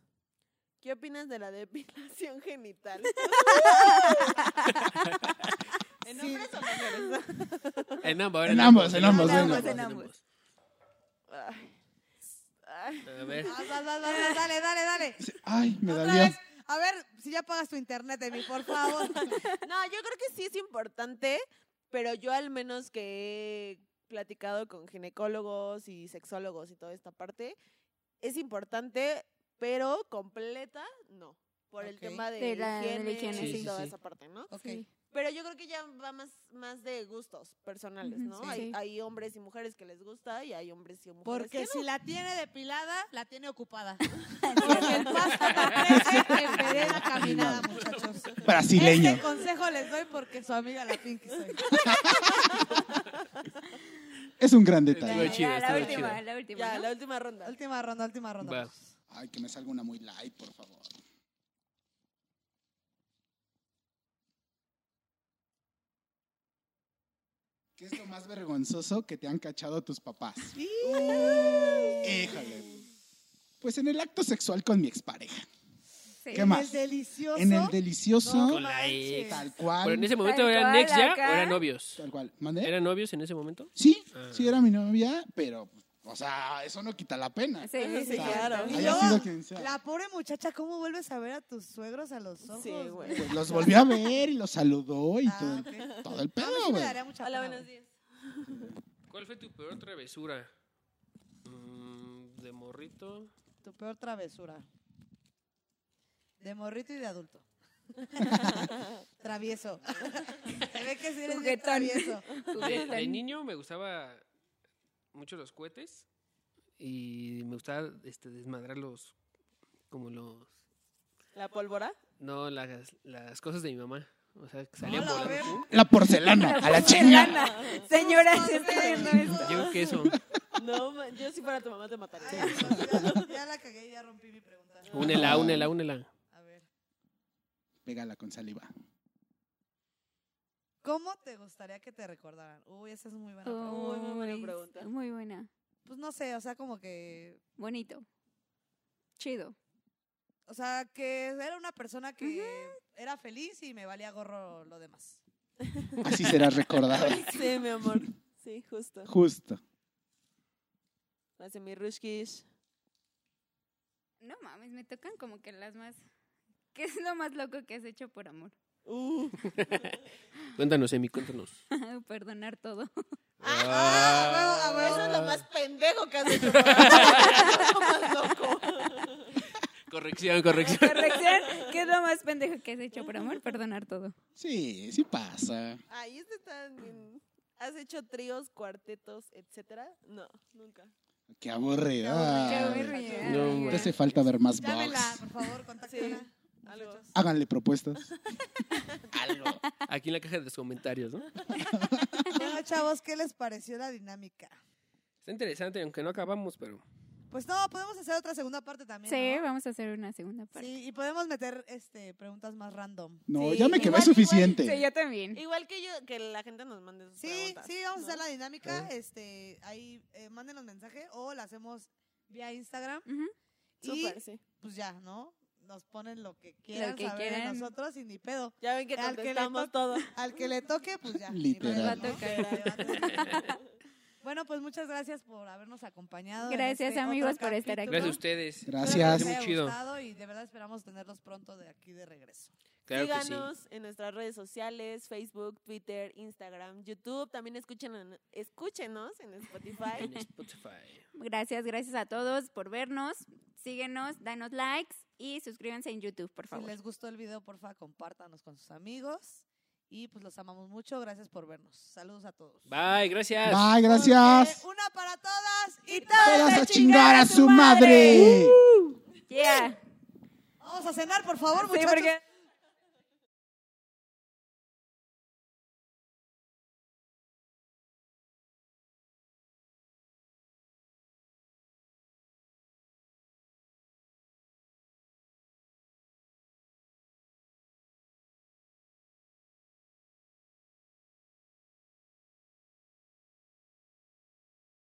Speaker 2: ¿Qué opinas de la depilación genital? ¿En hombres o mujeres?
Speaker 6: En ambos,
Speaker 5: En ambos, en ambos,
Speaker 3: en ambos. En
Speaker 2: Ay. Ay.
Speaker 6: A ver.
Speaker 4: Vas, vas, vas, vas, vas, dale, dale, dale.
Speaker 5: Ay, me
Speaker 4: Otra
Speaker 5: dolió.
Speaker 4: vez. A ver, si ya pagas tu internet, Emi, por favor.
Speaker 2: No, yo creo que sí es importante, pero yo al menos que he platicado con ginecólogos y sexólogos y toda esta parte, es importante, pero completa, no. Por el
Speaker 4: Ok.
Speaker 2: tema de,
Speaker 3: De la- de la
Speaker 2: higiene,
Speaker 3: higiene,
Speaker 2: y
Speaker 6: sí.
Speaker 2: toda
Speaker 6: Sí, sí,
Speaker 2: esa parte, ¿no?
Speaker 4: Ok.
Speaker 3: Sí.
Speaker 2: Pero yo creo que ya va más, más de gustos personales,
Speaker 3: Ujú,
Speaker 2: ¿no?
Speaker 3: sí.
Speaker 2: Hay,
Speaker 3: Sí.
Speaker 2: hay hombres y mujeres que les gusta y hay hombres y mujeres
Speaker 4: Porque
Speaker 2: que no.
Speaker 4: si la tiene depilada, la tiene ocupada. Porque el pasto no crece en vereda caminada, muchachos.
Speaker 5: Brasileño.
Speaker 4: Este consejo les doy porque su amiga la Pinky soy.
Speaker 5: Es un gran
Speaker 3: Ya,
Speaker 6: Estuvo
Speaker 5: detalle.
Speaker 3: ya,
Speaker 6: chido,
Speaker 3: la
Speaker 6: estuvo
Speaker 3: última,
Speaker 6: chido.
Speaker 3: la última.
Speaker 2: Ya,
Speaker 3: ¿no?
Speaker 2: la última ronda.
Speaker 4: Última ronda, última ronda. pues.
Speaker 6: Va.
Speaker 5: Ay, que me salga una muy light, por favor. ¿Qué es lo más vergonzoso que te han cachado tus papás? Híjole. Pues en el acto sexual con mi expareja.
Speaker 3: Sí.
Speaker 5: ¿Qué más?
Speaker 4: El delicioso.
Speaker 5: En el delicioso,
Speaker 6: Con la ex.
Speaker 5: tal
Speaker 6: Pero en
Speaker 5: cual.
Speaker 6: ese momento
Speaker 3: Tal
Speaker 6: eran
Speaker 3: cual,
Speaker 6: ex ya
Speaker 3: acá.
Speaker 6: o eran novios.
Speaker 5: Tal cual. ¿Mandé?
Speaker 6: ¿Eran novios en ese momento?
Speaker 5: Sí, sí era mi novia, pero, o sea, eso no quita la pena.
Speaker 3: Sí, sí,
Speaker 2: Sí,
Speaker 3: sí,
Speaker 2: claro.
Speaker 5: Haya
Speaker 4: Y luego,
Speaker 5: sido quien sea.
Speaker 4: La pobre muchacha, ¿cómo vuelves a ver a tus suegros a los ojos?
Speaker 2: Sí, güey.
Speaker 5: Pues los volvió a ver y los saludó y
Speaker 4: Ah,
Speaker 5: todo,
Speaker 4: ok.
Speaker 5: todo
Speaker 4: No, a
Speaker 5: el
Speaker 4: mí
Speaker 5: pedo,
Speaker 4: sí me
Speaker 5: güey.
Speaker 4: daría mucha
Speaker 2: Hola,
Speaker 4: pena,
Speaker 2: buenos
Speaker 4: güey.
Speaker 2: días.
Speaker 6: ¿Cuál fue tu peor travesura? Mm, de morrito.
Speaker 4: Tu peor travesura. De morrito y de adulto. travieso. Se ve que sí eres bien
Speaker 3: Juguetón.
Speaker 4: travieso.
Speaker 6: De, de
Speaker 3: Juguetón.
Speaker 6: niño me gustaba mucho los cohetes y me gustaba este, desmadrar los, como los,
Speaker 2: ¿La pólvora?
Speaker 6: no, las, las cosas de mi mamá. O sea, que salían
Speaker 4: Hola, a
Speaker 6: volando.
Speaker 4: ver.
Speaker 6: ¡pum!
Speaker 5: La porcelana, a la chinga.
Speaker 3: Ana, Señora, si está viendo esto.
Speaker 6: Yo creo que eso,
Speaker 2: No, ma- yo si fuera tu mamá te mataría.
Speaker 4: Ay, amigos, ya, ya la cagué, ya rompí mi pregunta.
Speaker 6: únela, únela, únela.
Speaker 4: A ver.
Speaker 5: Pégala con saliva.
Speaker 4: ¿Cómo te gustaría que te recordaran? Uy, esa es muy buena pregunta.
Speaker 2: Uy, muy buena
Speaker 3: Uy,
Speaker 2: pregunta.
Speaker 3: Muy buena.
Speaker 4: Pues no sé, o sea, como que.
Speaker 3: Bonito. Chido.
Speaker 4: O sea, que era una persona que era feliz y me valía gorro lo demás.
Speaker 5: Así será recordada.
Speaker 2: Sí, mi amor. Sí, justo.
Speaker 5: Justo.
Speaker 2: Hace mi rushkish.
Speaker 3: No mames, me tocan como que las más. ¿Qué es lo más loco que has hecho por amor?
Speaker 2: Uh.
Speaker 6: Cuéntanos, Emi, cuéntanos.
Speaker 3: Perdonar todo.
Speaker 2: Ah, huevo, a huevo, Eso es lo más pendejo que has hecho. por ahora. Lo más loco.
Speaker 6: Corrección, corrección.
Speaker 3: Corrección. ¿Qué es lo más pendejo que has hecho por amor? Perdonar todo.
Speaker 5: Sí, sí pasa.
Speaker 2: Ay, este está bien. ¿Has hecho tríos, cuartetos, etcétera? No, nunca.
Speaker 5: Qué aburrida.
Speaker 3: Qué
Speaker 4: aburrida.
Speaker 6: No,
Speaker 3: aburrida.
Speaker 6: güey.
Speaker 5: Te hace falta ver más
Speaker 4: Llámela,
Speaker 5: box.
Speaker 4: por favor, contáctela.
Speaker 2: Algo.
Speaker 5: Háganle propuestas.
Speaker 6: Algo. Aquí en la caja de los comentarios, ¿no?
Speaker 4: Bueno, chavos, ¿qué les pareció la dinámica?
Speaker 6: Está interesante, aunque no acabamos, pero
Speaker 4: Pues no, podemos hacer otra segunda parte también.
Speaker 3: Sí,
Speaker 4: ¿no?
Speaker 3: vamos a hacer una segunda parte.
Speaker 4: Sí, y podemos meter este preguntas más random.
Speaker 5: No,
Speaker 2: Sí,
Speaker 5: ya me quemé
Speaker 2: igual,
Speaker 5: suficiente.
Speaker 3: Sí, yo también.
Speaker 2: Igual que yo, que la gente nos mande sus
Speaker 4: Sí,
Speaker 2: preguntas.
Speaker 4: sí, vamos a
Speaker 2: ¿no?
Speaker 4: hacer la dinámica. Este, ahí eh, mándenos mensaje o la hacemos vía Instagram.
Speaker 3: Ujú.
Speaker 2: Súper,
Speaker 4: Y
Speaker 2: sí.
Speaker 4: pues ya, ¿no? Nos ponen lo que quieran
Speaker 3: que
Speaker 4: saber de
Speaker 3: quieran.
Speaker 4: nosotros y ni pedo.
Speaker 2: Ya ven que
Speaker 4: Al que le
Speaker 2: contestamos
Speaker 4: toque.
Speaker 2: todo.
Speaker 4: Al que le toque, pues ya.
Speaker 5: Literal.
Speaker 4: ni pedo, ¿no? Literal. Bueno, pues muchas gracias por habernos acompañado. en
Speaker 3: Gracias,
Speaker 4: este otro
Speaker 3: amigos, por estar
Speaker 4: capítulo.
Speaker 6: gracias a ustedes.
Speaker 5: Gracias.
Speaker 4: Espero que les
Speaker 6: Muy
Speaker 4: haya
Speaker 6: chido.
Speaker 4: gustado y de verdad esperamos tenerlos pronto de aquí de regreso.
Speaker 6: Claro que sí.
Speaker 2: Síganos en nuestras redes sociales, Facebook, Twitter, Instagram, YouTube. También escuchen en- escúchenos en Spotify.
Speaker 6: En Spotify.
Speaker 3: Gracias, gracias a todos por vernos. Síguenos, danos likes y suscríbanse en YouTube, por
Speaker 4: Si
Speaker 3: favor.
Speaker 4: les gustó el video, porfa, compártanos con sus amigos. Y pues los amamos mucho. Gracias por vernos. Saludos a todos.
Speaker 6: Bye, gracias.
Speaker 5: Bye, gracias.
Speaker 4: Porque Una para todas y
Speaker 5: Todas
Speaker 4: todas.
Speaker 5: a chingar a su madre.
Speaker 3: Yeah.
Speaker 4: Vamos a cenar, por favor,
Speaker 3: Sí,
Speaker 4: muchachos.
Speaker 3: porque-